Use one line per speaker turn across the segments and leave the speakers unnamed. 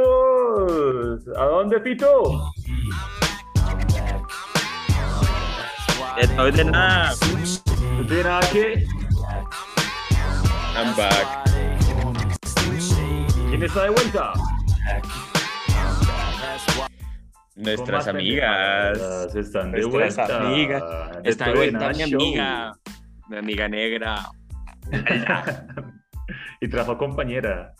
Bienvenidos. ¿A dónde, Pito?
Estoy de nada.
No tiene nada que.
I'm back.
¿Quién está de vuelta?
Nuestras
Con más
amigas.
pendejadas, Están de
Nuestras
vuelta.
amigas. Está de
Después
vuelta mi
nada, show.
amiga, mi amiga negra.
y trajo compañera.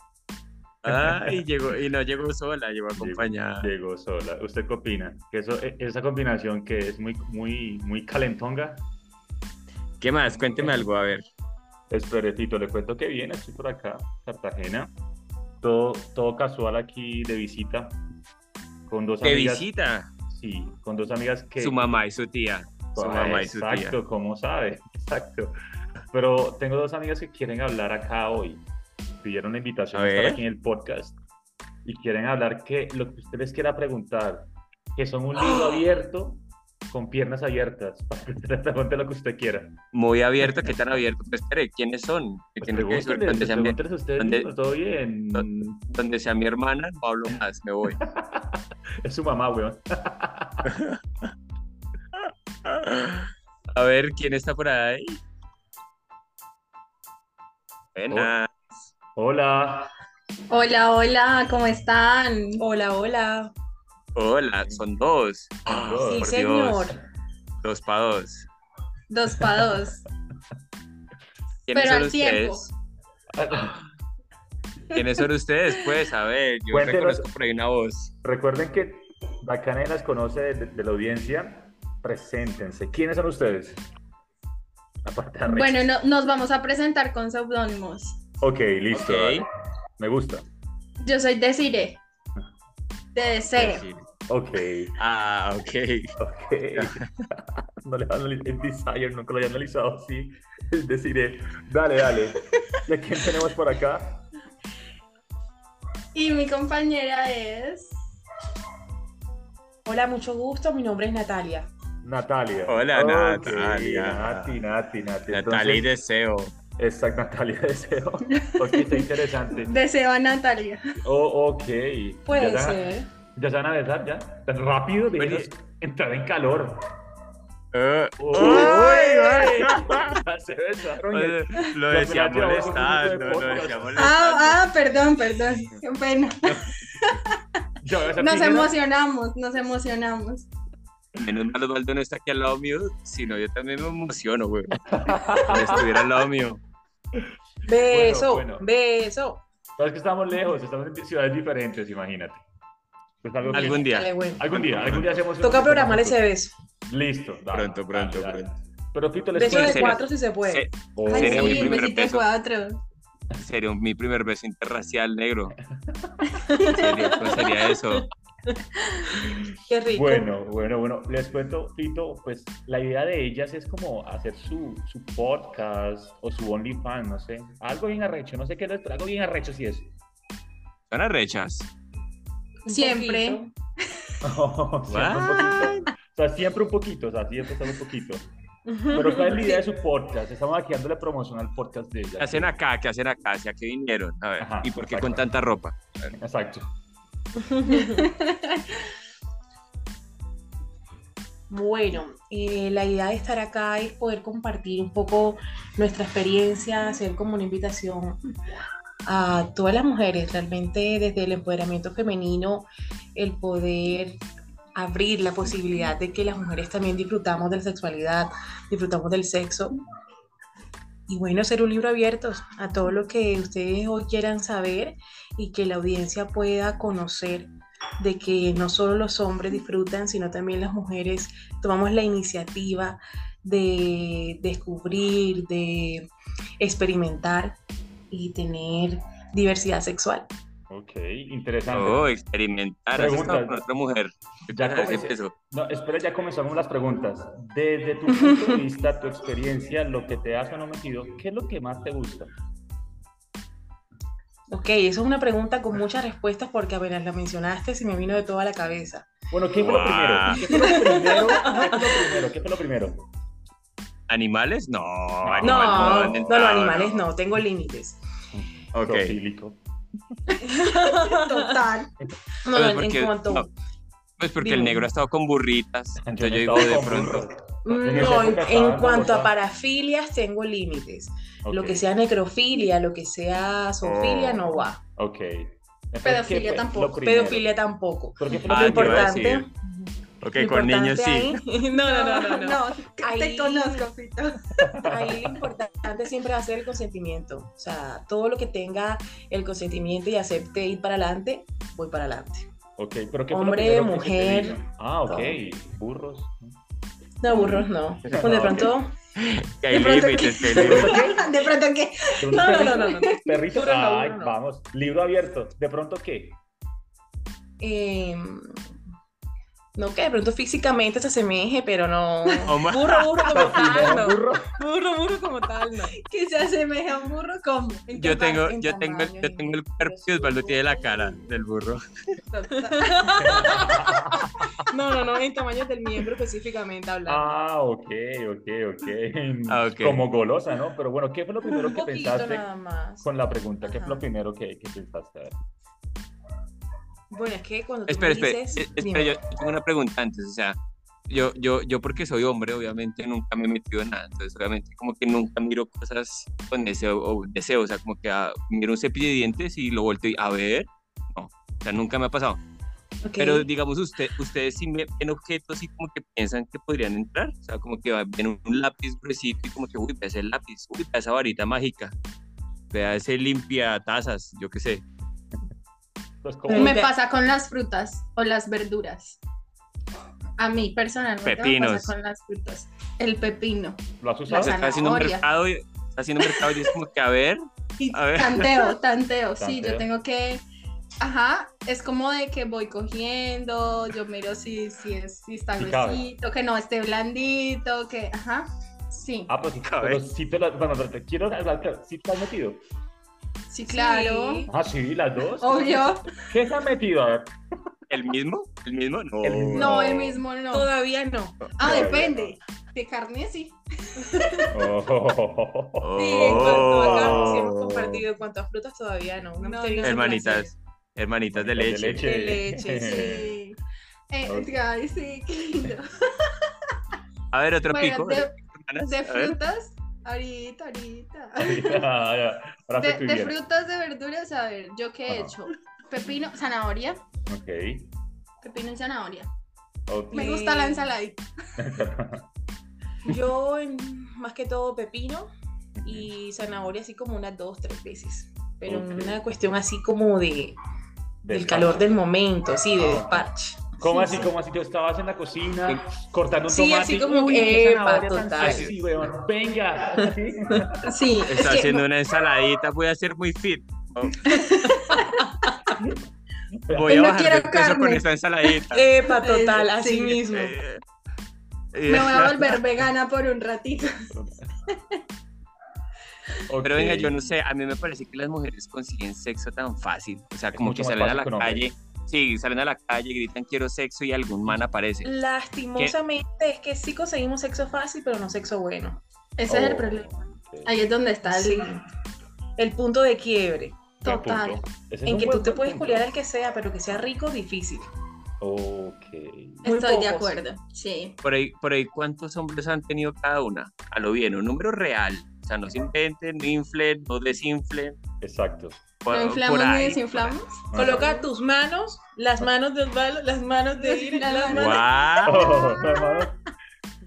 Ay, llegó, y no llegó sola, llegó acompañada.
Llegó sola. ¿Usted qué opina? Que eso, e- esa combinación que es muy, muy, muy calentonga.
¿Qué más? Cuénteme algo, a ver.
Espere, Tito, le cuento que viene aquí por acá, Cartagena. Todo, todo casual aquí de visita. Con dos
De
amigas.
visita,
Sí, con dos amigas que.
su mamá y su tía. Su
Ah,
mamá y su tía.
Exacto, ¿cómo sabe? Exacto. Pero tengo dos amigas que quieren hablar acá hoy. Pidieron la invitación
A
a estar
ver.
aquí en el podcast. Y quieren hablar que lo que usted les quiera preguntar. Que son un libro abierto con piernas abiertas. Para que usted les pregunte lo que usted quiera.
Muy abierto, ¿qué tan abierto? Pues, espere, ¿quiénes son? Que tiene que decir,
Pues Pregúnteles,
donde, sea mi,
pregúnteles ustedes
¿dónde-
mismos, todo bien.
donde sea mi hermana, no hablo más, me voy.
Es su mamá, weón.
A ver, ¿quién está por ahí? Buenas.
Hola.
Hola, hola, ¿cómo están? Hola, hola.
Hola, son dos. Ah,
dos.
sí,
Oh, por
señor.
Dios. Dos pa' dos.
Dos para dos.
¿Quiénes
Pero
son
al tiempo.
ustedes? Ah. ¿Quiénes son ustedes? Pues, a ver, yo
Cuéntenos.
reconozco por ahí una voz.
Recuerden que Bacana las conoce de, de la audiencia. Preséntense. ¿Quiénes son ustedes? Aparte de Rey.
Bueno, no- nos vamos a presentar con seudónimos.
Ok, listo.
Ok.
dale. Me gusta.
Yo soy Desiree. De deseo.
Decir.
Ok,
Pues Ah, ok.
ok. no le van a analizar el desire, nunca lo había analizado así. El desire. Dale, dale. ¿Y a quién tenemos por acá?
Y mi compañera es.
Hola, mucho gusto. Mi nombre es Natalia.
Natalia.
Hola,
Ok,
Natalia.
Nati, Nati, Nati.
Natalia y
Entonces,
Deseo.
Exacto, Natalia deseo. Ok, está interesante.
Deseo a Natalia.
Oh, ok.
Puede
Ya se-
ser.
Ya se van a besar, ya. Tan rápido, déjenos entrar en calor.
Eh,
Oh,
¡Uy,
Ya se besaron.
uy!
ya. Ya
Lo
me la
decía
llevamos un
molestando,
poquito de
lo decía
podcast.
molestando.
Ah, ah, perdón, perdón. Qué pena.
Ya voy a besar
Nos
primero.
emocionamos, nos emocionamos. ah.
Menos mal Osvaldo no está aquí al lado mío, sino yo también me emociono, güey. Si estuviera al lado mío.
Beso,
bueno.
beso.
Sabes que estamos lejos, estamos en ciudades diferentes, imagínate. Pues algo que-
Algún día.
Dale, bueno.
algún día, algún día hacemos.
Toca programar ese
pues.
beso.
Listo. dale,
Pronto, pronto,
dale, dale. pues.
pronto.
Pero Fito les
Beso de
sí.
cuatro si se
pues.
puede.
Se-
Oh,
Ay,
Sería mi
sí,
primer
besito
beso.
cuatro.
Sería mi primer beso interracial negro. Sería, ¿cómo sería eso?
Qué rico.
Bueno, bueno, bueno. Les cuento, Fito, pues la idea de ellas es como hacer su, su podcast o su OnlyFans, no sé. Algo bien arrecho, no sé qué, les- algo bien arrecho si es.
Son arrechas.
Un
Siempre.
poquito.
No, siempre un poquito. O sea, siempre un poquito, o sea, siempre solo un poquito. Pero cuál es la idea de su podcast. Estamos aquí dándole promoción al podcast de ella.
¿Qué hacen acá? ¿Qué hacen acá? ¿Hacia qué vinieron? A ver,
Ajá,
¿y por qué
exacto.
con tanta ropa?
Exacto.
Bueno, eh, la idea de estar acá es poder compartir un poco nuestra experiencia, hacer como una invitación a todas las mujeres, realmente desde el empoderamiento femenino, el poder abrir la posibilidad de que las mujeres también disfrutamos de la sexualidad, disfrutamos del sexo. Y bueno, ser un libro abierto a todo lo que ustedes hoy quieran saber y que la audiencia pueda conocer de que no solo los hombres disfrutan, sino también las mujeres tomamos la iniciativa de descubrir, de experimentar y tener diversidad sexual.
Ok, interesante.
Oh, experimentar. ¿Has
Pregunta.
estado con otra mujer?
Ya
Ah, sí,
comencé-
empezó.
No, espera, ya comenzamos las preguntas. Desde tu punto de vista, tu experiencia, lo que te has o no metido, ¿qué es lo que más te gusta?
Ok, eso es una pregunta con muchas respuestas porque apenas la mencionaste se me vino de toda la cabeza.
Bueno, ¿qué fue lo primero?
Guau.
¿Qué fue lo primero? ¿Qué fue lo primero? ¿Qué fue lo primero?
¿Animales? No,
No,
No,
animales
no, los animales no, tengo límites.
Ok.
Zoofílico.
Total.
No,
Pues
en-
porque-
en cuanto.
no, Pues porque el
Dime.
negro ha estado con burritas.
Yo
Entonces yo
no
digo,
he
de
estado con
pronto.
burro. En esa
No, en,
época
en
estaba
cuanto a
Bogotá.
parafilias tengo límites. Lo
Ok,
que sea necrofilia, lo que sea zoofilia
Oh.
no va.
Ok. Entonces,
Pedofilia
¿qué fue
tampoco.
lo primero?
Pedofilia tampoco.
¿Por qué fue lo
Lo
Ah, te iba a
primero?
importante,
decir. Ok,
lo
con niños
importante
sí.
ahí- No, no, no, no, no.
te
Ahí-
conozco, Fito.
Ahí lo importante siempre va a ser el consentimiento. O sea, todo lo que tenga el consentimiento y acepte ir para adelante, voy para adelante.
Ok, pero ¿qué fue lo
Hombre,
primero que se te
mujer,
vino? Ah, ok. Burros.
No, burros no.
Esa
Pues de
no,
pronto.
Que hay
De pronto
límites, que hay
¿De
límites.
pronto qué?
De pronto que
¿De pronto
No, no,
qué?
no, no. no.
Perrito.
Burro no,
Ay,
burro no.
vamos. Libro abierto. ¿De pronto qué?
Eh, no, que de pronto físicamente se asemeje, pero no.
Oh, ma-
Burro, burro como tal, no.
burro.
Burro, burro como tal, no.
que se asemeje a un burro como. ¿En qué
Yo tengo,
en
yo tengo,
tamaño,
yo
en-
tengo el cuerpo y Osvaldo tiene la cara del burro.
más?
No, no, no, en tamaños del miembro específicamente hablando.
Ah, ok, ok, ok.
Ah, ok.
Como golosa, ¿no? Pero bueno, ¿qué fue lo primero
Un
que
poquito
pensaste
nada más.
con la pregunta? ¿Qué fue lo
Ajá.
primero que, que pensaste? A ver.
Bueno, es que cuando tú
Espera,
me
espera,
dices,
eh, espera,
dime.
yo yo tengo una pregunta antes, o sea, yo, yo, yo porque soy hombre, obviamente nunca me he metido en nada, entonces obviamente como que nunca miro cosas con deseo, o deseo, o sea, como que ah, miro un cepillo de dientes y lo volteo y a ver, no, o sea, nunca me ha pasado.
Ok.
Pero digamos, usted, ustedes sí me- ven objetos y como que piensan que podrían entrar, o sea, como que va- ven un, un lápiz gruesito y como que, uy, vea ese lápiz, uy, vea esa varita mágica, vea ese limpia tazas, yo qué sé.
Entonces, pues, ¿cómo-
Me
Te-
pasa con las frutas o las verduras. A mí personalmente me
Pepinos.
pasa con las frutas. El pepino.
lo has
O
usado?
sea,
Zanahoria.
está haciendo un mercado y está haciendo un mercado y es como que, a ver,
Y
A ver.
Tanteo, tanteo, sí,
Tanteo.
yo tengo que, ajá, es como de que voy cogiendo, yo miro si, si, es, si está
Si cabe.
gruesito, que no esté blandito, que, ajá, sí,
Ah, pues sí,
A
pero
ver.
sí te lo... Bueno, pero te quiero hablar, claro, ¿sí te has metido?
sí, claro,
Sí.
Ah, sí, las dos.
obvio,
¿Qué se ha metido? A ver.
¿El mismo? ¿El mismo? No.
El mismo.
no, el mismo no,
Todavía no.
ah,
Todavía
depende, de carne sí,
Oh.
Oh.
Sí, en cuanto a carnes hemos compartido, en cuanto a frutas todavía no. No, hemos
No,
tenido
no.
ese
Hermanitas. Hermanitas de leche.
leche.
De leche,
sí, eh,
Ok.
ay, sí, qué lindo,
A ver, otro
bueno,
pico.
¿eh?
de,
hermanas,
de
a ver.
frutas, ahorita, ahorita.
Ah, ya. Ahora
De,
estoy
de
bien.
frutas, de verduras, a ver, ¿yo qué he
Ajá.
hecho? Pepino, zanahoria,
Ok.
pepino y zanahoria.
Ok.
Me
Sí.
gusta la ensaladita.
placer. Yo, en- más que todo, pepino y zanahoria, así como unas dos, tres veces. Pero en
Ok.
una cuestión así como de, del
Despacio.
calor del momento, sí, de
Ah.
despacho.
¿Cómo
Sí,
así?
sí.
¿Cómo así? Tú estabas en la cocina cortando un
Sí,
tomate.
así como
uy,
que,
qué
epa,
zanahoria tan
total.
sexy, weón. Venga. Así.
Sí, es
Está
que
haciendo una ensaladita. Voy a ser muy fit. Voy
Él
a
no
bajar
quiere
de peso con
carne.
esta ensaladita.
Epa, total, así
Sí.
mismo.
Eh,
Me voy a volver vegana por un ratito.
Ok.
Pero venga, yo no sé, a mí me parece que las mujeres consiguen sexo tan fácil. O sea, como
mucho
que
más
salen a
fácil
la
que un hombre.
calle, sí, salen a la calle, gritan quiero sexo y algún man aparece.
Lastimosamente es que sí conseguimos sexo fácil, pero no sexo bueno.
Ese es el
Oh,
problema.
ok.
Ahí es donde está el
Sí. El punto de quiebre.
Buen
total.
punto. Ese es
en
un
que
buen
tú te puedes
punto.
culiar al que sea, pero que sea rico, difícil.
Ok.
Muy
Estoy de
pocos.
acuerdo. Sí.
Por ahí, por ahí, ¿cuántos hombres han tenido cada una? A lo bien, un número real. O sea, no se inventen, no inflen, no desinflen.
Exacto.
Por,
¿No
por
inflamos ni
ahí,
desinflamos?
Coloca tus manos, las manos de Osvaldo, las manos de Ir,
Las
las
por
manos.
ahí. ¡Guau!
Oh, tu hermano.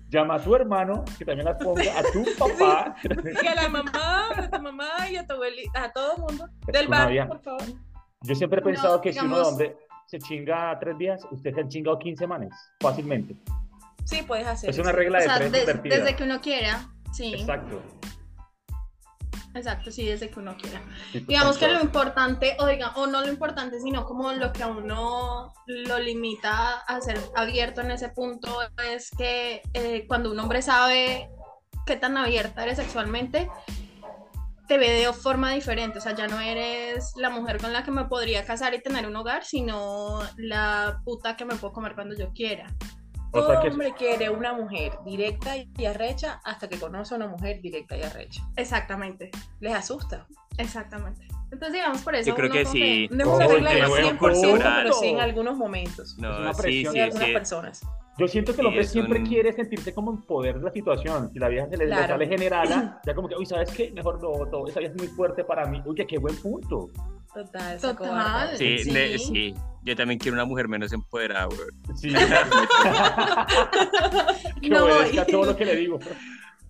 Llama a tu hermano, que también las ponga, a tu papá.
Y a la mamá, a tu mamá y a tu abuelita, a todo el mundo. Del
una
bar,
vida.
por favor.
Yo siempre he pensado
No,
que si uno
digamos-
donde se chinga tres días, usted se han chingado 15 manes, fácilmente.
Sí, puedes hacer.
Es una
eso.
regla
O
de
sea,
tres
des-
invertida.
desde que uno quiera. Sí. Exacto.
Exacto.
sí, desde que uno quiera.
Sí, pues,
Digamos que
exacto.
lo importante, o diga, o no lo importante, sino como lo que a uno lo limita a ser abierto en ese punto es que eh, cuando un hombre sabe qué tan abierta eres sexualmente, te ve de forma diferente. O sea, ya no eres la mujer con la que me podría casar y tener un hogar, sino la puta que me puedo comer cuando yo quiera.
O
Todo
sea que-
hombre quiere una mujer directa y arrecha hasta que conoce a una mujer directa y arrecha.
Exactamente,
Les asusta.
exactamente. Entonces, digamos, por eso.
Yo creo
uno
que
como
sí.
No es una
Oye,
regla del
bueno,
100%,
cultural.
pero sí en algunos momentos.
Es una
No, sí,
presión
de
sí,
algunas
sí.
personas.
Yo siento que el
Sí,
hombre
es
siempre
un-
quiere sentirse como en poder de la situación. Si la vieja se le, le
Claro.
sale generada, ya como que, uy, ¿sabes qué? Mejor lo voto. Esa vieja es muy fuerte para mí. Oye, qué buen punto.
Total. se
Total.
acobarda.
Sí,
Sí.
le- sí. Yo también quiero una mujer menos empoderada, güey.
Sí. que
No voy.
obedezca todo lo que le digo.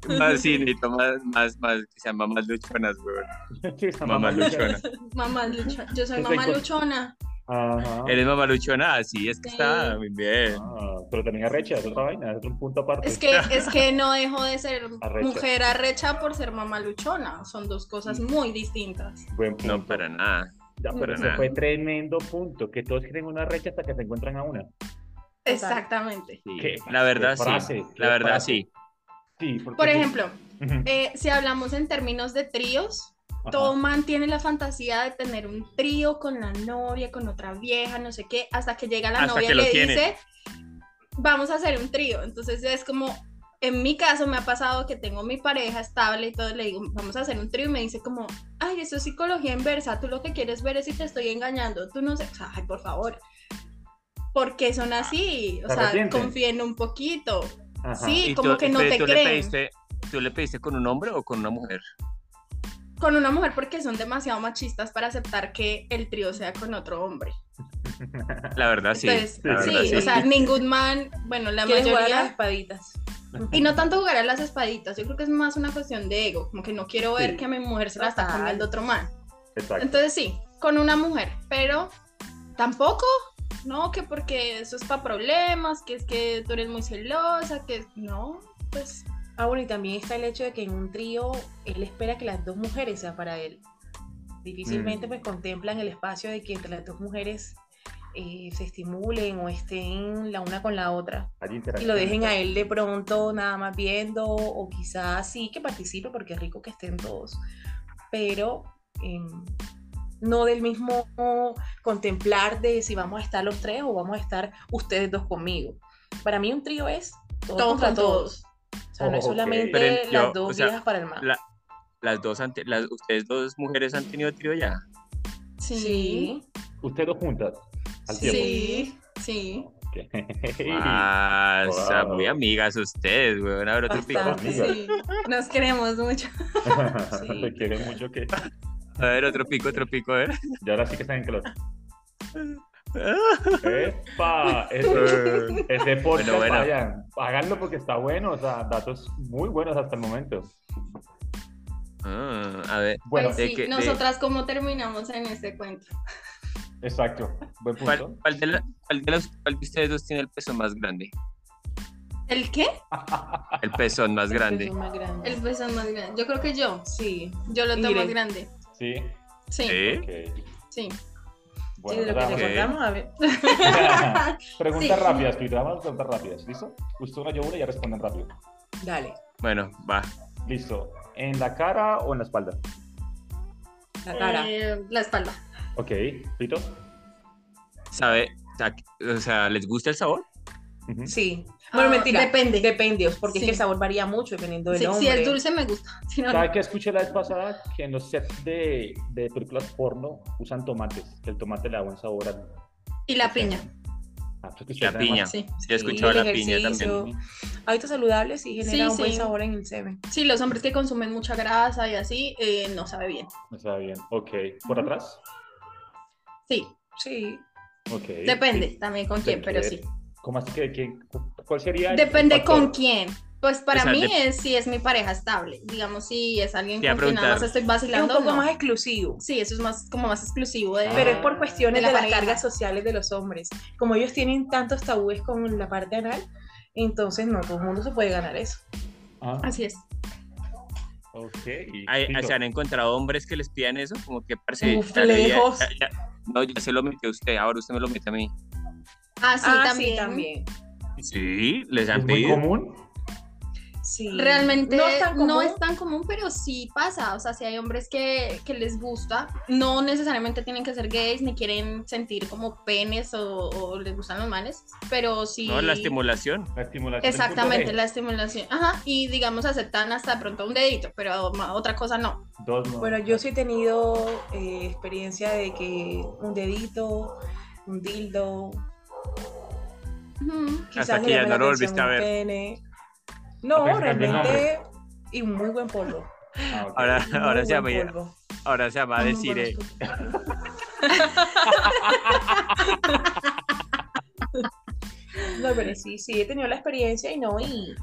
Más, sí, necesito más, más, más, que sean mamás luchonas, güey.
Sí, esa
Mamá
mamá
luchona.
Mamá luchona. Yo soy
Yo
mamá
tengo-
luchona.
Ajá.
¿Eres mamá luchona? Ah, Sí, es que
Sí.
está muy bien.
Ah, pero también arrecha, es otra vaina, es un punto aparte.
Es que, es que no dejo de ser
Arrecha.
mujer arrecha por ser mamá luchona. Son dos cosas muy distintas.
Buen punto.
No, para nada.
Ya, pero
para
ese
nada.
fue tremendo punto, que todos creen una recha hasta que se encuentran a una.
Exactamente.
Sí.
Qué-
La verdad,
qué frase,
sí.
qué
La verdad,
frase.
sí.
Sí, porque
Por
sí.
ejemplo,
Ujú.
eh, si hablamos en términos de tríos,
Ajá.
Todo man tiene la fantasía de tener un trío con la novia, con otra vieja, no sé qué, hasta que llega la
Hasta
novia
que
y
lo
le
tiene.
dice, vamos a hacer un trío. Entonces es como, en mi caso me ha pasado que tengo mi pareja estable y todo, le digo, vamos a hacer un trío y me dice como, ay, eso es psicología inversa, tú lo que quieres ver es si te estoy engañando, tú no sé, o sea, ay, por favor. ¿Por qué
Ah,
son así? O
¿Se
sea,
arrepienten?
confíen un poquito.
Ajá.
sí.
¿Y
como que no
pero
te
tú
creen.
Le pediste, ¿Tú le pediste con un hombre o con una mujer?
Con una mujer porque son demasiado machistas para aceptar que el trío sea con otro hombre.
La verdad, Ah, sí.
Entonces,
la
sí,
verdad, sí.
o sea, ningún man, bueno, la
Quieren jugar a las
mayoría.
espaditas.
Y no tanto jugar a las espaditas, yo creo que es más una cuestión de ego, como que no quiero ver
Sí.
que a mi mujer se la está
Total.
comiendo otro man.
Exacto.
Entonces sí, con una mujer, pero tampoco, no, que porque eso es para problemas, que es que tú eres muy celosa, que no, pues
Ah, bueno, y también está el hecho de que en un trío él espera que las dos mujeres sean para él. Difícilmente
Mm.
pues contemplan el espacio de que entre las dos mujeres eh, se estimulen o estén la una con la otra.
Hay
Y
interacción.
lo dejen a él de pronto nada más viendo o quizás sí que participe porque es rico que estén todos. Pero em, no del mismo contemplar de si vamos a estar los tres o vamos a estar ustedes dos conmigo. Para mí un trío es todos
todos
contra
con todos.
o sea, no es
Ok.
solamente
Pero en- yo,
las dos
o sea,
viejas para el mar.
La- las dos ante, las, ustedes dos mujeres han tenido trío ya.
Sí, sí,
Sí.
Ustedes dos juntas. Al
Sí.
tiempo.
sí.
Ok.
Ah, o sea,
Wow.
muy amigas ustedes, weón. Ahora otro pico.
Bastante.
Amigas.
sí. Nos queremos mucho.
Sí.
Te quieren mucho que.
A ver, otro pico, otro pico, a ver.
Y ahora sí que están en calor. ¡Epa! Ese,
Eh,
ese podcast,
Bueno, bueno.
vayan, háganlo porque está bueno, o sea, datos muy buenos hasta el momento.
ah, a ver,
Bueno,
Pues
de
sí,
que- de-
nosotras cómo terminamos en este cuento.
Pues.
exacto, buen punto.
¿cuál, cuál de la- cuál de las- cuál de ustedes dos tiene el peso más grande?
¿El qué?
El
Ah,
pezón más grande.
Más grande.
El beso más grande. Yo creo que yo.
Sí.
Yo lo tengo
Mire.
más grande.
Sí,
Sí, sí.
¿Sí?
ok. Bueno,
sí, de lo
nada,
que
ok.
te contamos, a ver.
Preguntas
Sí.
rápidas, Twitter, vamos a preguntas rápidas, ¿listo? Justo una yo una y ya responden rápido.
Dale,
Bueno, va.
Listo. ¿En la cara o en la espalda?
la cara.
Eh, la espalda.
Ok, Pito.
¿Sabe? O sea, que- O sea, ¿les gusta el sabor?
Ujú.
Sí. Bueno,
Ah,
mentira.
depende.
Depende, porque
Sí.
es que el sabor varía mucho dependiendo del
Sí,
hombre.
si es dulce me gusta. Si no, no.
¿Sabes qué escuché la vez pasada? Que en los sets de, de películas porno usan tomates, que el tomate le da buen sabor al... este.
Y la piña.
Ah, pues que
La
ustedes saben
piña.
más.
Sí.
Yo he
Sí,
escuchado
el
la piña
ejercicio.
también.
Hábitos saludables y genera
Sí,
un buen
sí.
sabor en el semen.
Sí, los hombres que consumen mucha grasa y así eh, no sabe bien.
Me sabe bien. Ok. ¿Por
Ujú.
atrás?
Sí,
Sí.
Ok.
depende
Sí.
también con quién,
¿De
pero
qué?
sí.
¿Cómo así que, que- cuál sería? el- el
Depende
factor?
con quién. Pues para
O sea,
mí
de-
es si es mi pareja estable. Digamos, si es alguien
Te iba a
con quien nada
preguntar.
más estoy
Es un
vacilando.
poco
no.
más exclusivo.
Sí, eso es más como más exclusivo de.
Pero es
Ah.
por cuestiones
De la
de, las
pareja.
cargas sociales de los hombres. Como ellos tienen tantos tabúes con la parte anal, entonces no, todo el mundo se puede ganar eso.
Ah,
Así es.
ok.
Ay,
Listo.
¿Se han encontrado hombres que les pidan eso? Como que parce,
Uf,
ya le di a-
lejos.
ya- ya- No, ya se lo metió a usted, ahora usted me lo mete a mí.
Así
ah,
también.
sí, también.
Sí, les
¿Es
han
muy
pedido.
común?
Sí.
Realmente
No es tan común.
común, pero sí pasa. O sea, si hay hombres que, que les gusta, no necesariamente tienen que ser gays ni quieren sentir como penes o, o les gustan los manes, pero sí.
No, la estimulación.
La estimulación. del
Exactamente,
punto
la estimulación. Ajá, y digamos aceptan hasta de pronto un dedito, pero ma- otra cosa no.
G. Dos no.
Bueno, yo sí he tenido eh, experiencia de que un dedito, un dildo,
Ujú.
quizás
Hasta
me
que ya
llame
no
la
lo
atención
volviste a
un
ver.
pene.
A
No,
pesar del
realmente, y un muy buen polvo.
Ah, ok.
Ahora,
muy
ahora, se llama,
buen polvo.
ahora se llama
Muy
decir,
buenos
eh,
polvos. No, pero sí, sí, he tenido la experiencia y no, y,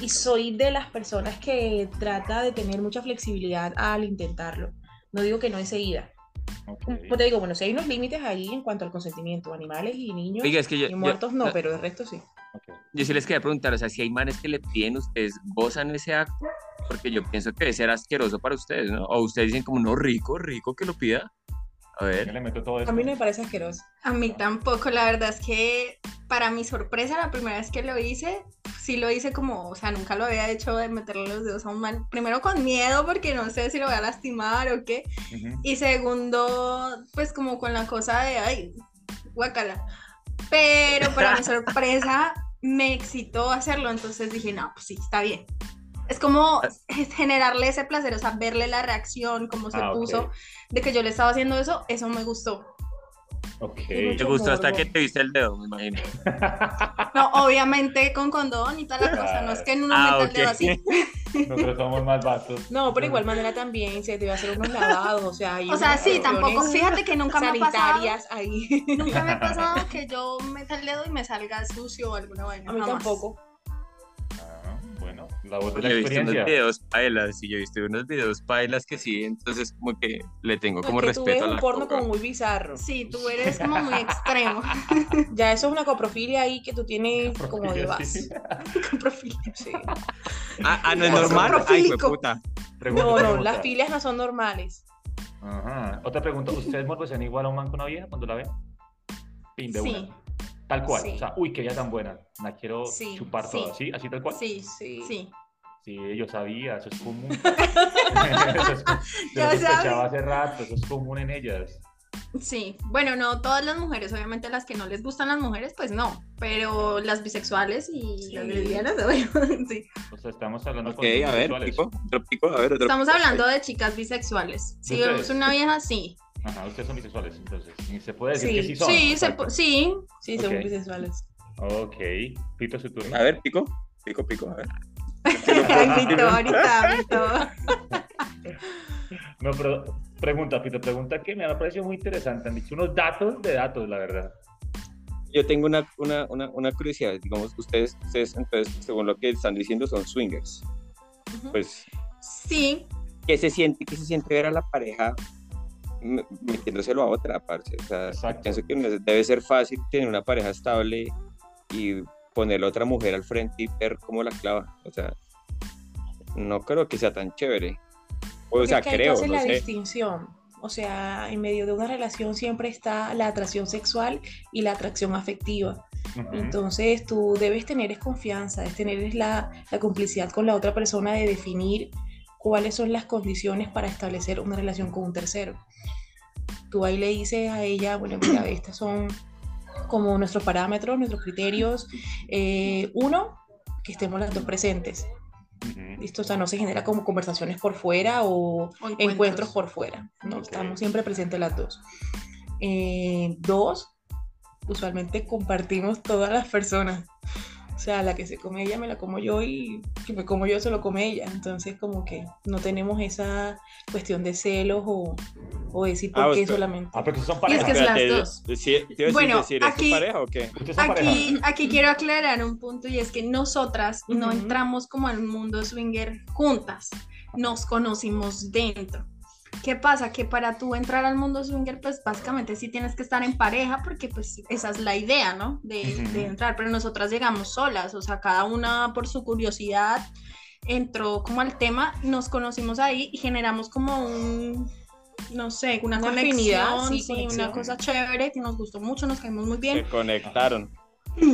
y soy de las personas que trata de tener mucha flexibilidad al intentarlo. No digo que no enseguida.
ok.
Como te digo, bueno, si hay unos límites ahí en cuanto al consentimiento, animales y niños
oiga, es que yo,
y
yo-
muertos no,
no.
pero el resto sí.
ok.
yo sí les quería preguntar, o sea, si hay manes que le piden, ¿ustedes gozan ese acto? Porque yo pienso que debe ser asqueroso para ustedes, ¿no? O ustedes dicen como, no, rico, rico que lo pida. A
Yo
ver,
le meto todo esto.
A mí no me parece asqueroso.
A mí tampoco, la verdad es que para mi sorpresa, la primera vez que lo hice, sí lo hice como, o sea, nunca lo había hecho de meterle los dedos a un man. Primero con miedo, porque no sé si lo voy a lastimar o qué.
Ujú.
Y segundo, pues como con la cosa de, ay, guacala. Pero para mi sorpresa, me excitó hacerlo, entonces dije, no, pues sí, está bien. Es como es generarle ese placer, o sea, verle la reacción, cómo se
Ah, ok.
puso, de que yo le estaba haciendo eso, eso me gustó.
Ok.
Tiene
te
Yo
gustó hasta
morbo.
que te viste el dedo, me imagino.
No, obviamente con condón y tal la cosa, no es que en uno
Ah,
meta el
ok.
dedo así.
Nosotros somos más vastos.
No, pero igual manera también se debe hacer unos lavados, o sea, hay
O sea,
unas
sí, tampoco,
cuestiones
fíjate que nunca me ha pasado,
sanitarias ahí.
nunca me ha pasado que yo meta el dedo y me salga sucio o alguna vaina,
A mí
jamás.
tampoco.
Ah, bueno, la voz de
Yo
la
he visto unos
experiencia.
videos pailas, y yo he visto unos videos pailas que sí, entonces como que le tengo como
Porque tú ves
respeto a
un
la
porno
coca.
como muy bizarro.
Sí, tú eres como muy extremo.
Ya eso es una coprofilia ahí que tú tienes como de
Porque
base.
sí.
Sí.
Ah, ah, no es
Otro
normal. Ay,
profílico.
puta.
Pregunta,
No, no,
pregunta.
las filias no son normales.
Ajá. Otra pregunta. ¿Ustedes morbosean igual a un man con una vieja cuando la ven? Fin de
Sí,
una. Tal cual.
Sí.
O sea, uy, qué vida tan buena. La quiero
Sí,
chupar
sí.
toda. ¿Sí? ¿Así tal cual?
sí,
Sí.
sí.
Sí, yo sabía. Eso es común. Eso es com- yo
Yo
lo sospechaba
sabía.
hace rato. Eso es común en ellas.
Sí, bueno, no todas las mujeres, obviamente las que no les gustan las mujeres, pues no, pero las bisexuales y
Sí.
las lesbianas, obvio, sí.
O sea, estamos hablando
Ok, a ver,
homosexuales.
pico, otro pico, a ver, otro
Estamos
pico.
hablando de chicas bisexuales. Si
¿Ustedes?
es una vieja, sí.
Ajá, ustedes son bisexuales, entonces. Y se puede decir
Sí,
que sí son.
Sí, se
Exacto.
po- sí,
Sí, son
Ok.
bisexuales.
Ok. Pito su turno.
A ver, pico, pico, pico, a ver.
Ay, Víctor, ahorita, Víctor.
No, pero pregunta, Pito, pregunta que me ha parecido muy interesante. Han dicho unos datos de datos, la verdad.
Yo tengo una, una, una, una curiosidad, digamos, ustedes, ustedes, entonces, según lo que están diciendo, son swingers.
Ujú.
Pues,
Sí,
¿qué se siente, qué se siente ver a la pareja m- metiéndoselo a otra, parce? O sea,
Exacto.
pienso que no es- debe ser fácil tener una pareja estable y poner a otra mujer al frente y ver cómo la clava. O sea, no creo que sea tan chévere. O
Porque
sea,
es que hay que
creo,
hacer
no
la
sé.
distinción. O sea, en medio de una relación siempre está la atracción sexual y la atracción afectiva.
Ujú.
Entonces tú debes tener es confianza, es tener es la, la complicidad con la otra persona de definir cuáles son las condiciones para establecer una relación con un tercero. Tú ahí le dices a ella, bueno, mira, estas son como nuestros parámetros, nuestros criterios. Eh, uno, que estemos las dos presentes.
Ujú.
Listo, o sea, no se genera como conversaciones por fuera o
o
encuentros, por fuera. ¿no?
Ok.
Estamos siempre presentes las dos. Eh, dos, usualmente compartimos todas las personas. O sea, la que se come ella me la como yo y que me como yo se lo come ella. Entonces, como que no tenemos esa cuestión de celos o, o decir por
Ah,
qué
usted-
solamente.
Ah, pero son
Y es
parejas.
que es las
Espérate,
dos.
decí- te iba a decir-
Bueno,
decir, ¿es tu
aquí-
pareja o qué?
Ustedes son parejas.
Aquí, aquí quiero aclarar un punto y es que nosotras no
Ujú.
entramos como al mundo swinger juntas, nos conocimos dentro. ¿Qué pasa? Que para tú entrar al mundo swinger, pues básicamente sí tienes que estar en pareja porque pues esa es la idea, ¿no? De,
Ujú.
de entrar, pero nosotras llegamos solas, o sea, cada una por su curiosidad entró como al tema, nos conocimos ahí y generamos como un, no sé, una,
Una
conexión,
afinidad, sí,
sí,
conexión.
una cosa chévere que nos gustó mucho, nos caímos muy bien.
Se conectaron,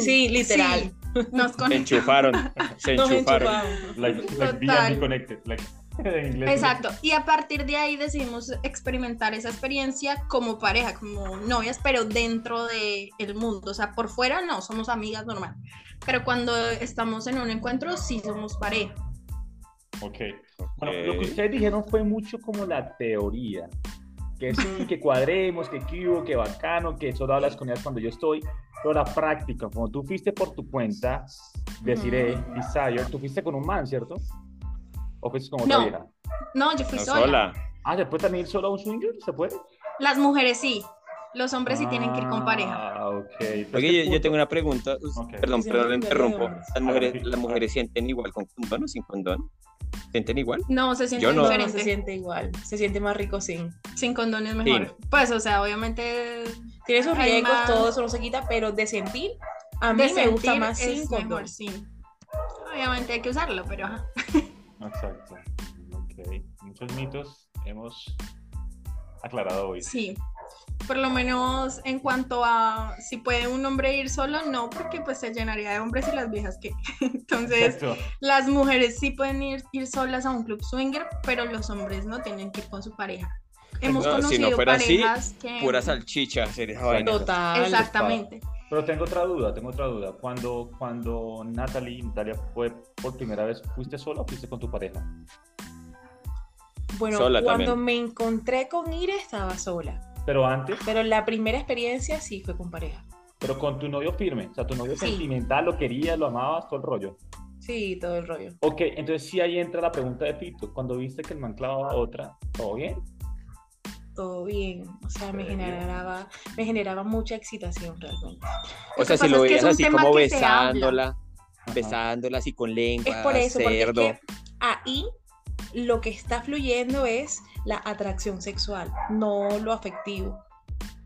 Sí, literal.
Sí, nos
se
conectamos.
enchufaron, se
Nos
enchufaron.
enchufamos.
Like, like
Total.
being connected. Like, en inglés.
Exacto. Y a partir de ahí decidimos experimentar esa experiencia como pareja, como novias, pero dentro del el mundo. O sea, por fuera no, somos amigas normal. Pero cuando estamos en un encuentro, sí somos pareja.
Ok.
Eh,
Bueno, lo que ustedes dijeron fue mucho como la teoría. Que sí, que cuadremos, que cubo, que bacano, que solo hablas con ellas cuando yo estoy. Pero la práctica, como tú fuiste por tu cuenta, deciré, Desire, tú fuiste con un man, ¿cierto? ¿O fuiste con otra
No.
vieja?
No, yo fui
No,
sola.
sola.
Ah, ¿se puede también ir solo a un swinger? ¿Se puede?
Las mujeres sí, los hombres sí tienen que ir con pareja.
Ah, ok. Entonces,
Oye,
el
yo- yo,
punto-
tengo una pregunta. Us-
Ok.
Perdón,
Sí,
perdón, le
sí,
interrumpo.
perdón.
¿Las mujeres,
sí.
las mujeres sienten igual con condón o sin condón? ¿Sienten igual?
No, se siente
Yo no.
No,
diferente.
se siente igual, se siente más rico sin.
Sin condones mejor. Pues, o sea, obviamente
Tiene sus
Hay
riesgos,
más-
todo eso no se quita, pero de sentir, a mí
de
me gusta
sentir
más
es
sin condón.
mejor, sí. Obviamente hay que usarlo, pero ajá.
Exacto. Ok. Muchos mitos hemos aclarado hoy.
Sí, por lo menos en cuanto a si puede un hombre ir solo, no, porque pues se llenaría de hombres y las viejas que. Entonces,
Exacto.
las mujeres sí pueden ir, ir solas a un club swinger, pero los hombres no tienen que ir con su pareja. Hemos
Pues No, si no
conocido
fuera así,
parejas que...
Pura salchicha hacer esa vaina.
Total.
Exactamente.
Pero tengo otra duda, tengo otra duda. Cuando, cuando Natalie, Natalia fue por primera vez, ¿fuiste sola o fuiste con tu pareja?
Bueno,
Sola
cuando
también.
me encontré con Ira estaba sola,
Pero antes,
pero la primera experiencia sí fue con pareja.
pero con tu novio firme. O sea, tu novio
Sí.
sentimental, lo querías, lo amabas, todo el rollo.
Sí, todo el rollo.
Ok, entonces sí ahí entra la pregunta de Pito. Cuando viste que el man clavaba a otra, ¿todo bien?
Todo bien, o sea, me
Pero bien.
generaba, me generaba mucha excitación realmente.
O
Lo
sea,
que
si lo
pasa es que es
veías
un
así
tema
como
que se habla.
besándola,
Ajá.
besándola así con lengua,
Es por eso, porque es
cerdo.
que ahí lo que está fluyendo es la atracción sexual, no lo afectivo.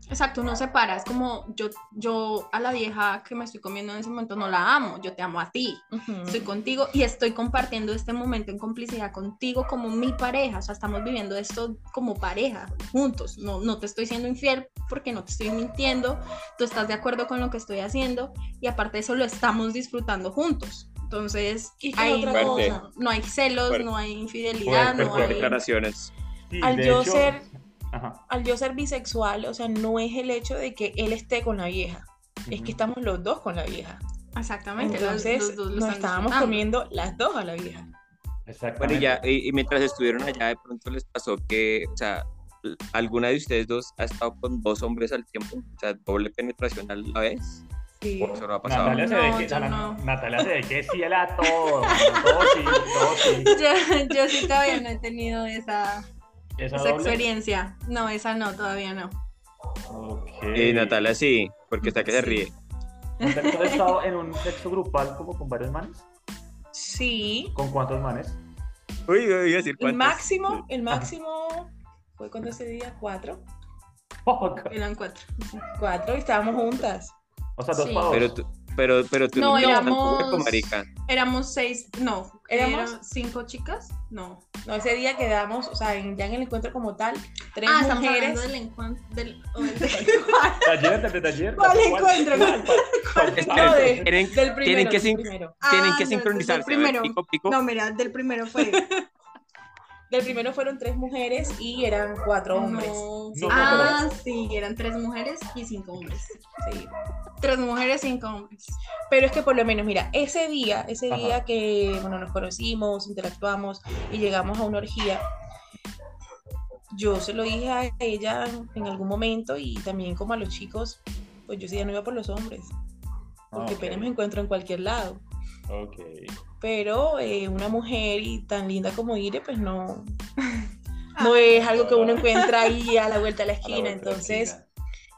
Exacto, uno se para, es como yo, yo a la vieja que me estoy comiendo en ese momento no la amo, yo te amo a ti, estoy contigo y estoy compartiendo este momento en complicidad contigo como mi pareja, o sea, estamos viviendo esto como pareja, juntos, no, no te estoy siendo infiel porque no te estoy mintiendo, tú estás de acuerdo con lo que estoy haciendo y aparte de eso lo estamos disfrutando juntos. Entonces,
Y que
ahí
otra
no,
Fuerte.
cosa,
no hay celos,
Fuerte.
no hay infidelidad,
Fuerte,
no
fuerte,
hay...
Declaraciones.
Sí,
al
de
yo
hecho-
ser
Ajá.
al yo ser bisexual, o sea, no es el hecho de que él esté con la vieja, es que
Ujú.
estamos los dos con la vieja.
Exactamente, los-
Entonces,
los dos lo
nos
están
estábamos
disfrutando.
comiendo las dos a la vieja.
Bueno,
Exactamente.
y, ya, y, y mientras estuvieron allá, de pronto les pasó que, o sea, l- ¿alguna de ustedes dos ha estado con dos hombres al tiempo? O sea, doble penetración a la vez.
Sí.
¿O eso no ha pasado?
Natalia se ve
No,
que,
yo
Nat-
no.
Natalia se ve que sí, él a todo. Todo sí, todo sí.
yo, yo sí todavía no he tenido esa,
Esa
esa
doble-
experiencia. No, esa no, todavía no.
Ok.
Eh, Natalia sí, porque está que se
Sí.
ríe.
¿Natalia, ¿tú has estado en un sexo grupal como con varios manes?
Sí.
¿Con cuántos manes?
Uy, yo iba a decir
El
cuántos.
máximo, el máximo fue cuando ese día cuatro,
Poco.
Eran cuatro.
cuatro y estábamos juntas.
O sea, dos
Sí.
pa' dos.
Pero tú, pero, pero tú
No,
eres tan
éramos-
poco, marica.
Éramos seis, no,
¿Éramos?
eran cinco chicas, no.
No, ese día quedamos, o sea, en- ya en el encuentro como tal, tres
ah, estamos hablando
mujeres.
del encuentro, del, o del- ¿Cuál?
Taller, taller, taller.
¿Cuál encuentro? ¿Cuál?
Esperen,
No, de-
tienen,
Del primero.
que
del
sin-
primero.
tienen
Ah,
que
no,
sincronizarse.
del primero.
A ver, pico, pico.
No, mira, del primero fue.
Del primero fueron tres mujeres y eran cuatro hombres.
No,
No.
no,
ah, sí, eran tres mujeres y cinco hombres.
Sí.
Tres mujeres, cinco hombres.
Pero es que por lo menos, mira, ese día, ese
Ajá.
día que bueno, nos conocimos, interactuamos y llegamos a una orgía, yo se lo dije a ella en algún momento y también como a los chicos, pues yo sí ya no iba por los hombres,
Ah,
porque apenas me encuentro en cualquier lado.
Ok.
Pero eh, una mujer y tan linda como Ire, pues no, no es algo que uno encuentra ahí a la vuelta de la
A la
esquina,
vuelta de la
entonces...
esquina.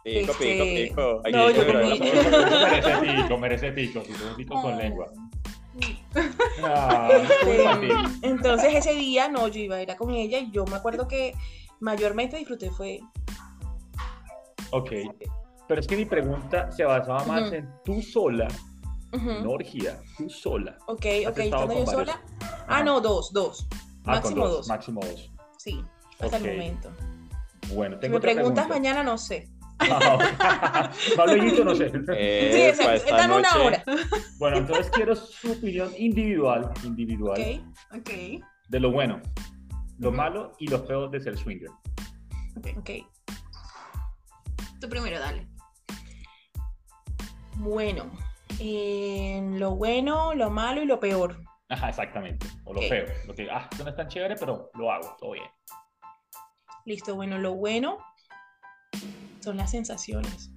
Pico, pico,
Este,
pico. Ahí
no,
está,
yo
pero
comí.
no.
Merece pico, merece pico. Si tú pico con lengua. Ah,
Este,
disculpa, sí.
entonces ese día no, yo iba a ir a con ella y yo me acuerdo que mayormente disfruté fue
Ok. Pero es que mi pregunta se basaba más
Ujú.
en tú sola,
Ujú.
no orgía, tú sola. Ah, ¿Has
Ok, ok,
estado
estando
con
yo
varios?
sola.
Ajá.
Ah, no, dos, dos.
Ah, con
máximo dos.
Máximo dos.
Sí, hasta
Ok.
el momento.
Bueno,
Si
tengo
me
otra
preguntas
pregunta.
mañana, no sé.
Ah, ok. Pablo Higuito, no sé.
Eh,
Sí,
pa'
exacto.
esta
Está en una
noche.
hora.
Bueno, entonces quiero su opinión individual, individual,
Ok.
Ok.
de lo bueno, lo
Ujú.
malo y lo feo de ser swinger.
Ok.
Tú primero, dale.
Bueno. eh, lo bueno, lo malo y lo peor.
Ajá, exactamente. O lo
Ok.
feo. Lo que, ah, esto no es tan chévere, pero lo hago, todo bien.
Listo, bueno, lo bueno son las sensaciones.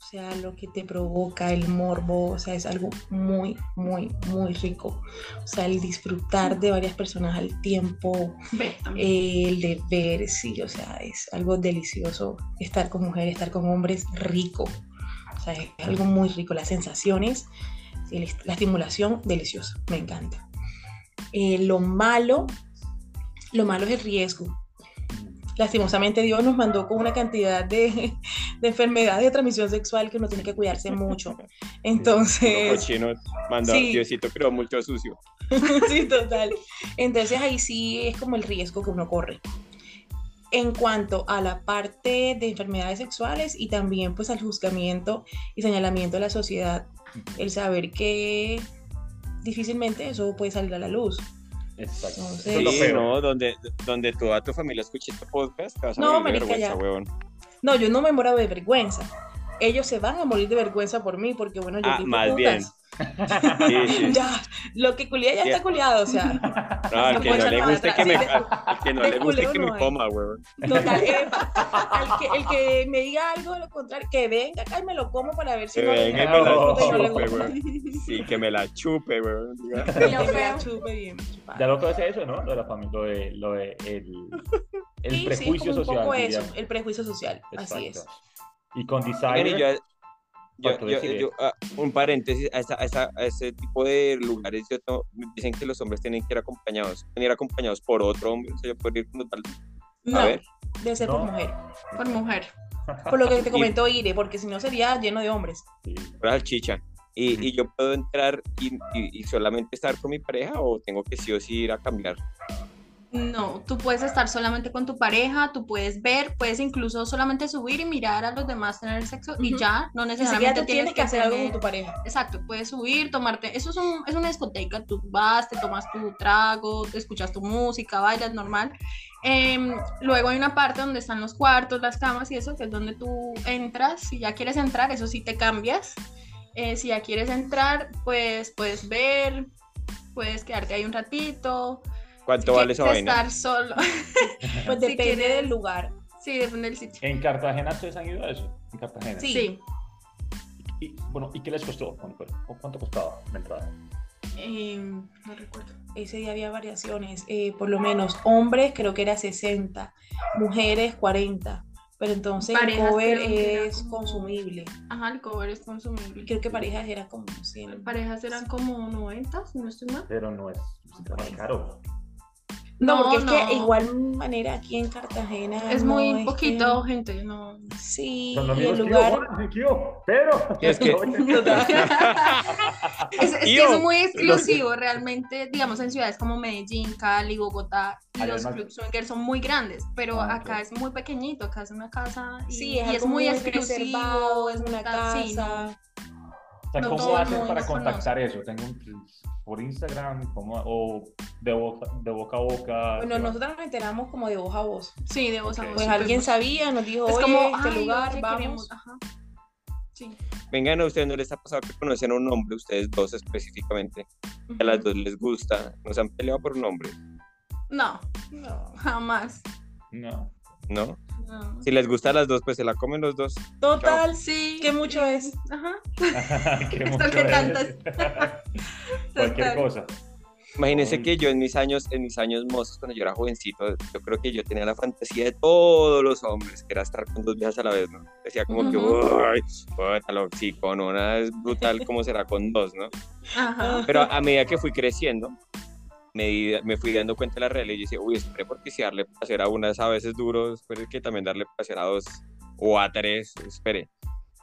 O sea, lo que te provoca el morbo, o sea, es algo muy, muy, muy rico. O sea, el disfrutar de varias personas al tiempo,
Ve, también.
eh, el de ver, sí, o sea, es algo delicioso estar con mujeres, estar con hombres rico. O sea, es algo muy rico, las sensaciones, el est- la estimulación, deliciosa, me encanta. Eh, lo malo, lo malo es el riesgo. Lastimosamente Dios nos mandó con una cantidad de, de enfermedades de transmisión sexual que uno tiene que cuidarse mucho. Entonces,
Cochinos, manda,
Sí.
Diosito creó mucho sucio.
sí, total. Entonces ahí sí es como el riesgo que uno corre. En cuanto a la parte de enfermedades sexuales y también pues al juzgamiento y señalamiento de la sociedad, el saber que difícilmente eso puede salir a la luz.
Exacto.
No sé.
Eso es lo
Sí,
feo.
no, donde, donde toda tu familia escuche este podcast, te vas a
No,
morir de
marica, ya.
vergüenza, huevón.
No, yo no me muero de vergüenza. Ellos se van a morir de vergüenza por mí porque bueno, yo
Ah,
digo,
más
"Putas,
Sí, sí.
Ya, lo que culea ya
Ya.
está culiado, o sea.
No, al
No
que
puedo
no
echar
le
para
guste
atrás.
que me,
Sí,
al que no
de
le guste
culero
que
no
me
es.
coma, huevón.
Total, epa. Al que, el que me diga algo de lo contrario, que venga acá y me lo como para ver si
Que
no le
venga
y me la
gusta y no le
chupe,
gusta.
Eh,
Sí, que me la chupe, huevón. diga.
Que
Lo
me la
feo.
chupe bien, chupada.
Ya lo que es eso, ¿no? Lo de la familia, lo de, lo de el, el
Sí, sí, es
prejuicio
como un
social.
poco eso,
diríamos.
el prejuicio social, así es.
Exacto. Y con
Oigan, y
Desire,
yo, yo-
Pato,
yo-
decide.
yo, ah, un paréntesis, a, esa- a esa- a ese tipo de lugares yo to- dicen que los hombres tienen que ir acompañados, pueden ir acompañados por otro hombre, o sea, yo puedo ir como tal.
No,
A ver,
debe ser por
No.
mujer.
Por mujer.
Por lo que te comentó Ire, porque si no sería lleno de hombres.
sí.
por la chicha. Y, y yo puedo entrar y, y- y solamente estar con mi pareja o tengo que sí o sí ir a cambiar.
No, tú puedes estar solamente con tu pareja, tú puedes ver, puedes incluso solamente subir y mirar a los demás tener sexo y
Ujú.
ya, no
Ni siquiera
necesariamente
tú tienes que hacer algo con tu pareja.
Exacto, puedes subir, tomarte, eso es, un, es una discoteca, tú vas, te tomas tu trago, te escuchas tu música, bailas normal. Em, luego hay una parte donde están los cuartos, las camas y eso, que es donde tú entras, si ya quieres entrar, eso sí te cambias. Eh, si ya quieres entrar, pues puedes ver, puedes quedarte ahí un ratito.
¿Cuánto
Si
vale esa
quieres
vaina?
Estar solo.
Pues
Si
depende
quieres-
del lugar.
Sí, depende del sitio.
En Cartagena ustedes han ido a eso. En Cartagena.
Sí.
Y, bueno, ¿y qué les costó? Bueno, pues, ¿cu- ¿Cuánto costaba la entrada?
Em, no recuerdo.
Ese día había variaciones, eh, por lo menos hombres creo que era 60, mujeres 40, pero entonces el
Parejas
cover
creo que era
es
como-
consumible.
Ajá, el cover es consumible.
Y creo que parejas era como 100.
Parejas eran como 90, si no estoy mal.
Pero no es no es caro.
No,
No,
porque es
no.
que igual manera aquí en Cartagena.
Es
no
muy
que-
poquito, gente, no.
Sí,
Son los
y el
mismos que
lugar.
yo, bueno, que yo, pero.
Es que-
es, es que
Tío,
es muy exclusivo, realmente, digamos, en ciudades como Medellín, Cali, Bogotá,
Allá
los
es más-
clubs swingers son muy grandes, pero
Ah,
acá
ok.
es muy pequeñito, acá es una casa y,
sí,
y es,
es, algo
muy exclusivo,
reservado, es una
tan-
casa.
sí, no.
O sea,
No
¿cómo
todo el
hacen
mundo
para
conoce.
contactar eso? ¿Tengo un- por Instagram? ¿Cómo- ¿O de boca, de boca a boca?
Bueno, nosotros nos enteramos como de voz a voz.
Sí, de voz a
Ok.
voz.
Pues
súper
alguien
bueno.
sabía, nos dijo,
Es
oye,
como,
este
"Ay,
lugar,
oye,
vamos.
queremos", ajá. Sí.
Vengan, a ustedes no les ha pasado que conocen a un hombre, ustedes dos específicamente, que a las dos les gusta, nos han peleado por un hombre,
No,
No.
jamás.
No.
¿no?
no.
Si les gusta a las dos, pues se la comen los dos.
Total,
Sí.
que mucho es.
Ajá.
Qué
Esto
mucho
que
es. Cualquier
total.
cosa.
Imagínense
Ay.
que yo en mis años, en mis años mozos, cuando yo era jovencito, yo creo que yo tenía la fantasía de todos los hombres, que era estar con dos viejas a la vez, ¿no? Decía como
Ujú.
que, uy, puta, lo- sí, con una es brutal, ¿cómo será con dos, no?
Ajá.
Pero a medida que fui creciendo, me, di- me fui dando cuenta de la realidad y dije, uy, espere, porque si darle placer a una es a veces duro, espere que también darle placer a dos o a tres, espere.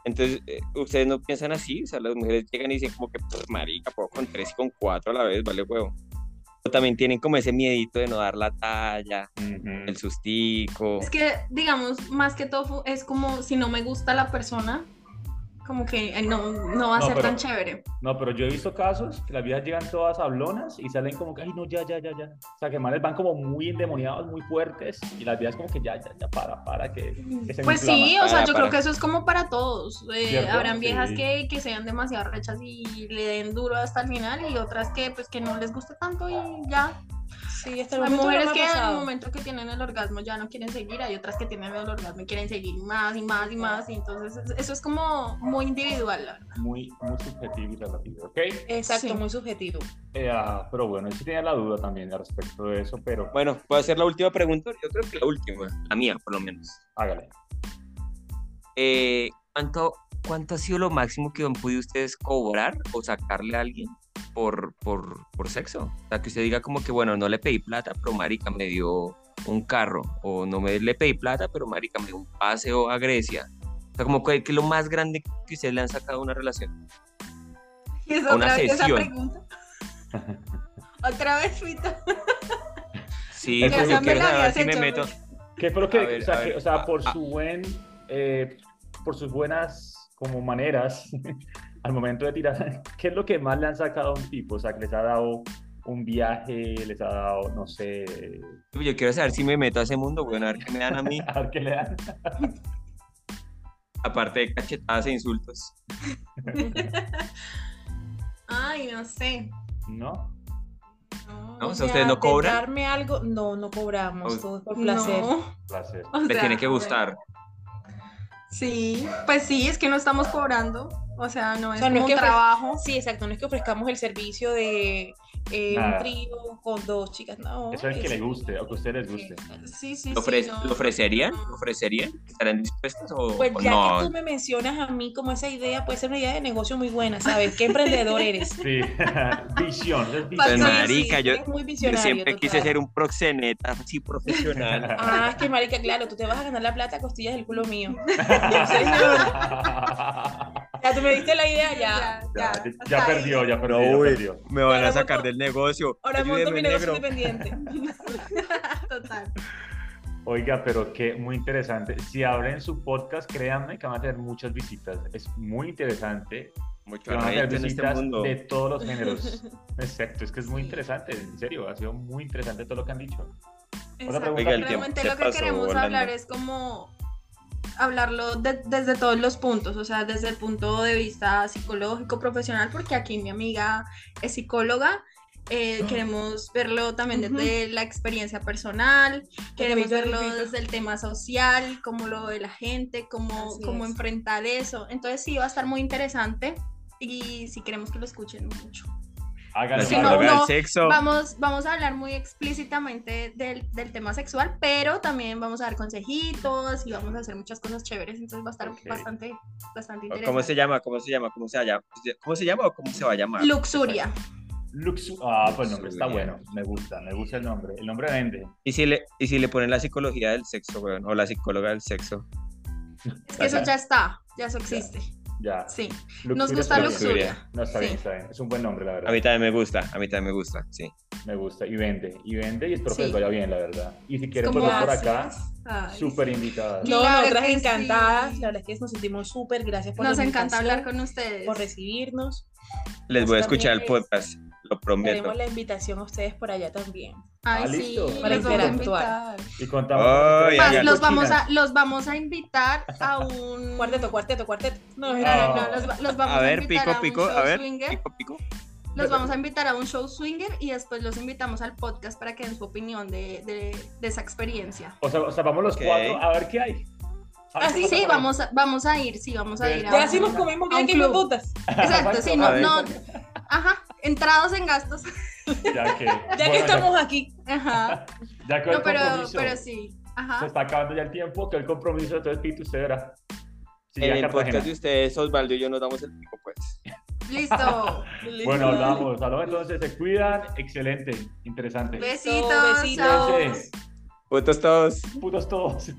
Entonces, eh, ustedes no piensan así, o sea, las mujeres llegan y dicen como que, "Pff, marica, puedo con tres y con cuatro a la vez, vale huevo. Pero también tienen como ese miedito de no dar la talla,
Ujú.
el sustico.
Es que, digamos, más que todo fu- es como si no me gusta la persona, como que eh, no, no va a
No,
ser
pero-
tan chévere.
No, pero yo he visto casos que las viejas llegan todas hablonas y salen como que, ay, no, ya, ya, ya, ya. O sea, que males van como muy endemoniados, muy fuertes y las viejas como que ya, ya, ya, para, para, que, que se me
Pues sí,
inflama".
o sea,
para,
yo
para.
creo que eso es como para todos. Eh,
¿Cierto?
habrán viejas
Sí.
que, que sean demasiado rechas y le den duro hasta el final y otras que pues que no les guste tanto y ya.
Sí, hasta el
Hay
momento no
mujeres
me ha
que al
pasado.
momento que tienen el orgasmo ya no quieren seguir, hay otras que tienen el orgasmo y quieren seguir más y más y más. Y entonces es- eso es como muy individual. la verdad.
Muy, muy subjetivo y relativo, ¿ok?
Exacto,
Sí.
muy subjetivo.
Eh, ah, pero bueno, yo sí tenía la duda también al respecto de eso, pero
Bueno, ¿puedo hacer la última pregunta?
Yo creo que la última, la mía por lo menos.
hágale.
Eh, ¿cuánto, ¿Cuánto ha sido lo máximo que han podido ustedes cobrar o sacarle a alguien por, por, por sexo? O sea, que usted diga como que, bueno, no le pedí plata, pero marica me dio un carro. O no me le pedí plata, pero marica me dio un paseo a Grecia. O sea, como que, que lo más grande que ustedes le han sacado a una relación.
Y es
A una
otra vez esa
sesión.
pregunta. Otra vez, Fito.
Sí,
Ya
pues
se
yo
me
quiero
la
saber
habías
si me
hecho,
meto.
¿Qué fue lo que,
A
o
ver,
sea,
a
que-
ver,
o sea,
a-
por
a-
su buen, eh, por sus buenas como maneras al momento de tirar, ¿qué es lo que más le han sacado a un tipo? O sea, que les ha dado un viaje, les ha dado, no sé,
Yo quiero saber si me meto a ese mundo, bueno, a ver qué me dan a mí,
a ver qué le dan.
aparte de cachetadas e insultos.
Ay, no sé.
¿No?
No.
No, Ah, o
O
sea,
sea,
¿ustedes no
de
cobran? Pues,
darme algo, no, no cobramos,
O-
todo es por placer.
No,
Placer.
o
Me
sea,
tiene que gustar.
Sí, pues sí, es que no estamos cobrando. O sea, no es
sea, no
como
es
un
que-
trabajo.
Sí, exacto, no es que ofrezcamos el servicio de eh,
Nada.
un trío con dos chicas, no.
Eso es el que le
es-
guste, o que a ustedes les
Sí.
guste.
Sí, sí,
¿Lo,
sí.
ofre-
no.
¿Lo ofrecerían? ¿Lo ofrecerían? ¿Estarán dispuestos o,
Pues
o
ya
no?
que tú me mencionas a mí como esa idea, puede ser una idea de negocio muy buena, ¿sabes? ¿Qué emprendedor eres?
Sí, visión, es
Pues,
visión.
Pasó
marica, yo,
Eres muy
yo
visionario.
siempre quise
total.
ser un proxeneta así profesional.
Ah, es que marica, claro, tú te vas a ganar la plata a costillas del culo mío. señor. Ya tú me diste la idea, ya.
Ya,
ya,
ya
hasta ahí.
perdió, ya perdió, ya
No, uy,
perdió.
me van
Ahora
a sacar
monto-
del negocio.
Ahora monto
Ayúdeme,
mi negocio
negro.
independiente.
Total.
Oiga, pero qué muy interesante. Si abren su podcast, créanme que van a tener muchas visitas. Es muy interesante.
Mucho
Van a tener
arrecho en este
visitas
mundo.
de todos los géneros. Exacto, es que es muy
Sí.
interesante, en serio. Ha sido muy interesante todo lo que han dicho.
Exacto.
pregunta. Oiga, el tiempo
Realmente
se
lo que
pasó
queremos
volando.
hablar es como hablarlo de- desde todos los puntos, o sea, desde el punto de vista psicológico, profesional, porque aquí mi amiga es psicóloga. eh, queremos verlo también desde la experiencia personal, queremos
Queremos ver
verlo
el filtro.
desde el tema social, cómo lo ve la gente, cómo,
Así
cómo
es.
enfrentar eso. Entonces sí, va a estar muy interesante y sí queremos que lo escuchen mucho.
Háganlo.
La
Si no,
psicóloga
no,
del sexo.
Vamos, vamos a hablar muy explícitamente del, del tema sexual, pero también vamos a dar consejitos y vamos a hacer muchas cosas chéveres, entonces va a estar
Ok.
bastante,
¿O
bastante interesante.
¿Cómo se llama? ¿Cómo se llama? ¿Cómo se llama? ¿Cómo se llama o cómo se va a llamar?
Luxuria.
Luxu- Ah, pues el nombre está
Luxuria.
bueno. Me gusta, me gusta el nombre. El nombre vende.
¿Y si le, y si le ponen la psicología del sexo, weón? O la psicóloga del sexo.
Es que eso ya está, ya eso existe.
Ya.
Sí.
Luxuria
Nos gusta
está bien.
Luxuria.
No, está
Sí.
bien, está bien. Es un buen nombre, la
A
verdad.
mí también me gusta, a mí también me gusta, sí.
Me gusta. Y vende. Y vende y espero que
Sí.
les vaya bien, la verdad. Y si quieren
Como
volver por
haces.
acá,
Ay,
súper invitadas.
No,
Claro
nosotras
que sí.
encantadas. La verdad es que nos sentimos súper. Gracias por la
Nos encanta
invitación,
hablar con ustedes.
por recibirnos.
Les voy a
Nosotros
escuchar el
también
podcast, lo prometo.
Tenemos la invitación a ustedes por allá también.
Ay,
Ah,
sí,
listo.
Para
los vamos a
interactuar.
invitar.
Y contamos.
Ay,
Más,
hagan
Más, los vamos
cochinas.
a, los vamos a invitar a un
Cuarteto, cuarteto, cuarteto. No,
No,
no,
no,
Ah.
no, los, va- los vamos
A ver,
invitar
pico,
a un
pico,
show
a ver,
swinger.
pico, pico.
Los vamos a invitar a un show swinger y después los invitamos al podcast para que den su opinión de, de- de esa experiencia.
O sea, o sea, vamos los
Ok.
cuatro a ver qué hay. A ver
Ah,
qué
sí,
pasa
Sí,
por ahí.
vamos a, vamos a ir, sí, vamos a ir. a-
Ya si nos comimos
A un
bien, que me
club.
putas.
Exacto, sí,
A
no,
ver.
no, ajá, entrados en gastos.
Ya que,
Ya que estamos aquí.
Ajá,
Ya que
no,
el
pero,
compromiso
pero sí, ¿ah?
se
ajá.
está acabando ya el tiempo, que el compromiso de todo espíritu usted verá. Sí,
En
ya
el
Cartagena.
podcast de ustedes, Osvaldo y yo nos damos el pico, pues.
Listo.
Bueno, hablamos, hablamos entonces, se cuidan, excelente, interesante.
Besitos.
Besitos.
chao.
Entonces,
Juntos todos.
putos todos.